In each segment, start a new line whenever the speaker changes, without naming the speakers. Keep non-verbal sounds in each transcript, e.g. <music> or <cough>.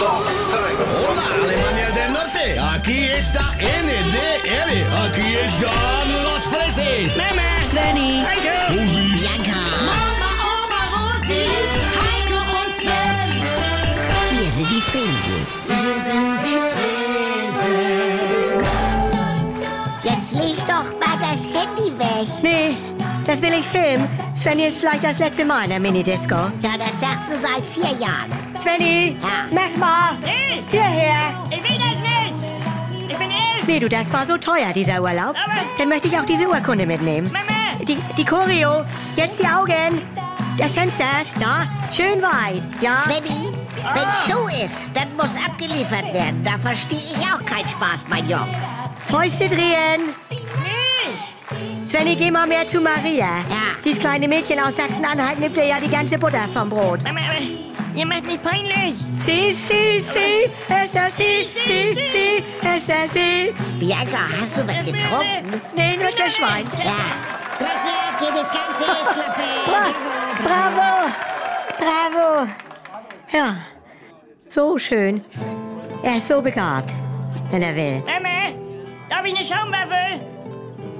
Hola, Alemania del Norte. Aquí está NDR. Aquí están los freses.
Mama, Svenny, Heike,
Bianca,
Mama, Oma, Rosi, Heike und Sven.
wir sind die Frieses.
Wir sind die Friesen.
Jetzt leg doch mal das Handy weg.
nee, das will ich filmen. Svenny ist vielleicht das letzte Mal in der Minidisco.
Ja, das sagst du seit vier Jahren.
Svenny,
Ja.
mach mal.
Ich?
Hierher.
Ich will das nicht! Ich bin elf!
Nee, du, das war so teuer, dieser Urlaub.
Aber-
Dann möchte ich auch diese Urkunde mitnehmen.
Mama!
Die, die Choreo, jetzt die Augen. Das Fenster, da, schön weit. Ja,
Svenny,
Ah.
wenn Show ist, dann muss abgeliefert werden. Da verstehe ich auch keinen Spaß, mein Jung.
Fäuste drehen. Svenny, geh mal mehr zu Maria.
Ja.
Dieses kleine Mädchen aus Sachsen-Anhalt nimmt dir ja die ganze Butter vom Brot.
Mama, aber ihr macht mich peinlich!
Sie, sie, sie, es ist sie,
Sie,
sie, sie, es ist sie.
Bianca, hast du was getrunken?
Nee, nur der Schwein.
Ja. Presse, geht das Ganze <laughs> jetzt,
Bra bravo, bravo. Ja, so schön. Er ist so begabt, wenn er will.
Mama, darf ich eine Schaumwaffe?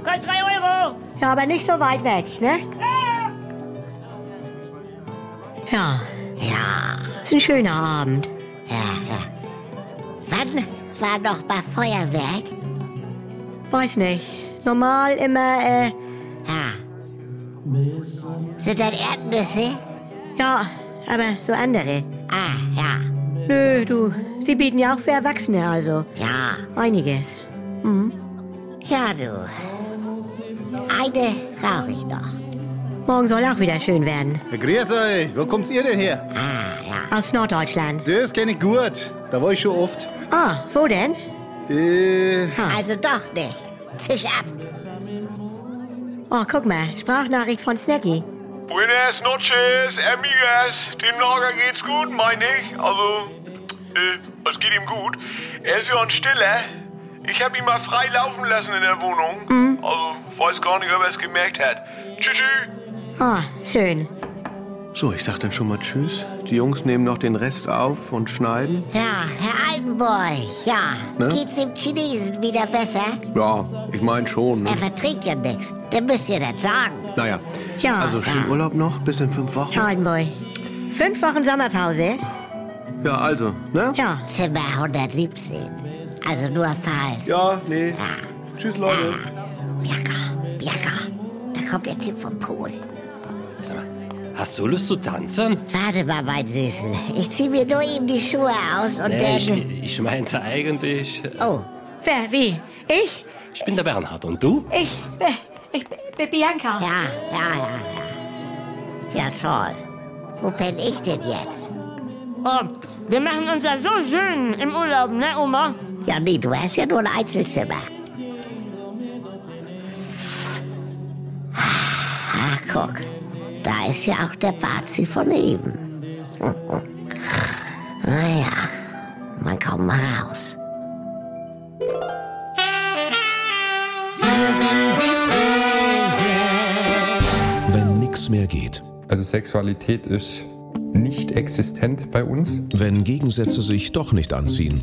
Kostet 3 Euro!
Ja, aber nicht so weit weg, ne?
Ah!
Ja,
Ja,
ist ein schöner Abend.
ja, ja. Wann war noch mal Feuerwerk?
Weiß nicht. Normal immer, äh,
Ja. Sind das Erdnüsse?
ja, aber so andere.
Ah, ja,
Nö, du, sie bieten ja auch für Erwachsene, also
ja.
einiges.
Ja, du. Eine brauche ich noch.
Morgen soll auch wieder schön werden.
Grüß euch, wo kommt ihr denn her?
Aus Norddeutschland.
Das kenne ich gut, da war ich schon oft.
Ah, wo denn?
Äh,
Also doch nicht. Tisch ab.
Oh, guck mal, Sprachnachricht von Snacky.
Buenas noches, amigas. Dem Lager geht's gut, meine ich. Also, äh, es geht ihm gut. Er ist ja ein Stiller. Ich habe ihn mal frei laufen lassen in der Wohnung. Also, weiß gar nicht, ob er es gemerkt hat. Tschüss, tschüss.
Ah, schön.
So, ich sag dann schon mal Tschüss. Die Jungs nehmen noch den Rest auf und schneiden.
Ja, Herr Altenboy, ja.
Ne?
Geht's dem Chinesen wieder besser?
Ja, ich meine schon. Ne?
Er verträgt ja nichts. Dann müsst ihr das sagen.
Naja.
Ja.
Also, schönen Urlaub noch, bis in fünf Wochen.
Hardenboy. Fünf Wochen Sommerpause?
Ja, also, ne?
Ja.
Zimmer 117. Also nur falls.
Ja, nee. Tschüss, Leute.
Bianca, Bianca, da kommt der Typ vom Pool.
Sag mal, hast du Lust zu tanzen?
Warte mal, mein Süßen. Ich zieh mir nur ihm die Schuhe aus und
Nee,
dann...
ich, ich meinte eigentlich,
Oh,
Wer, wie? Ich?
ich bin der Bernhard und du?
Ich? äh, Ich? äh, Bianca.
ja, ja, ja, ja. Ja, toll. Wo bin ich denn jetzt?
Oh, wir machen uns das so schön im Urlaub, ne, Oma?
Ja, nee, du hast ja nur ein Einzelzimmer. Ach, Ah, guck, da ist ja auch der Bazi von eben. <laughs> naja, man kommt mal raus.
Wir sind die Friesen.
Wenn nix mehr geht.
Also Sexualität ist nicht existent bei uns.
Wenn Gegensätze sich doch nicht anziehen.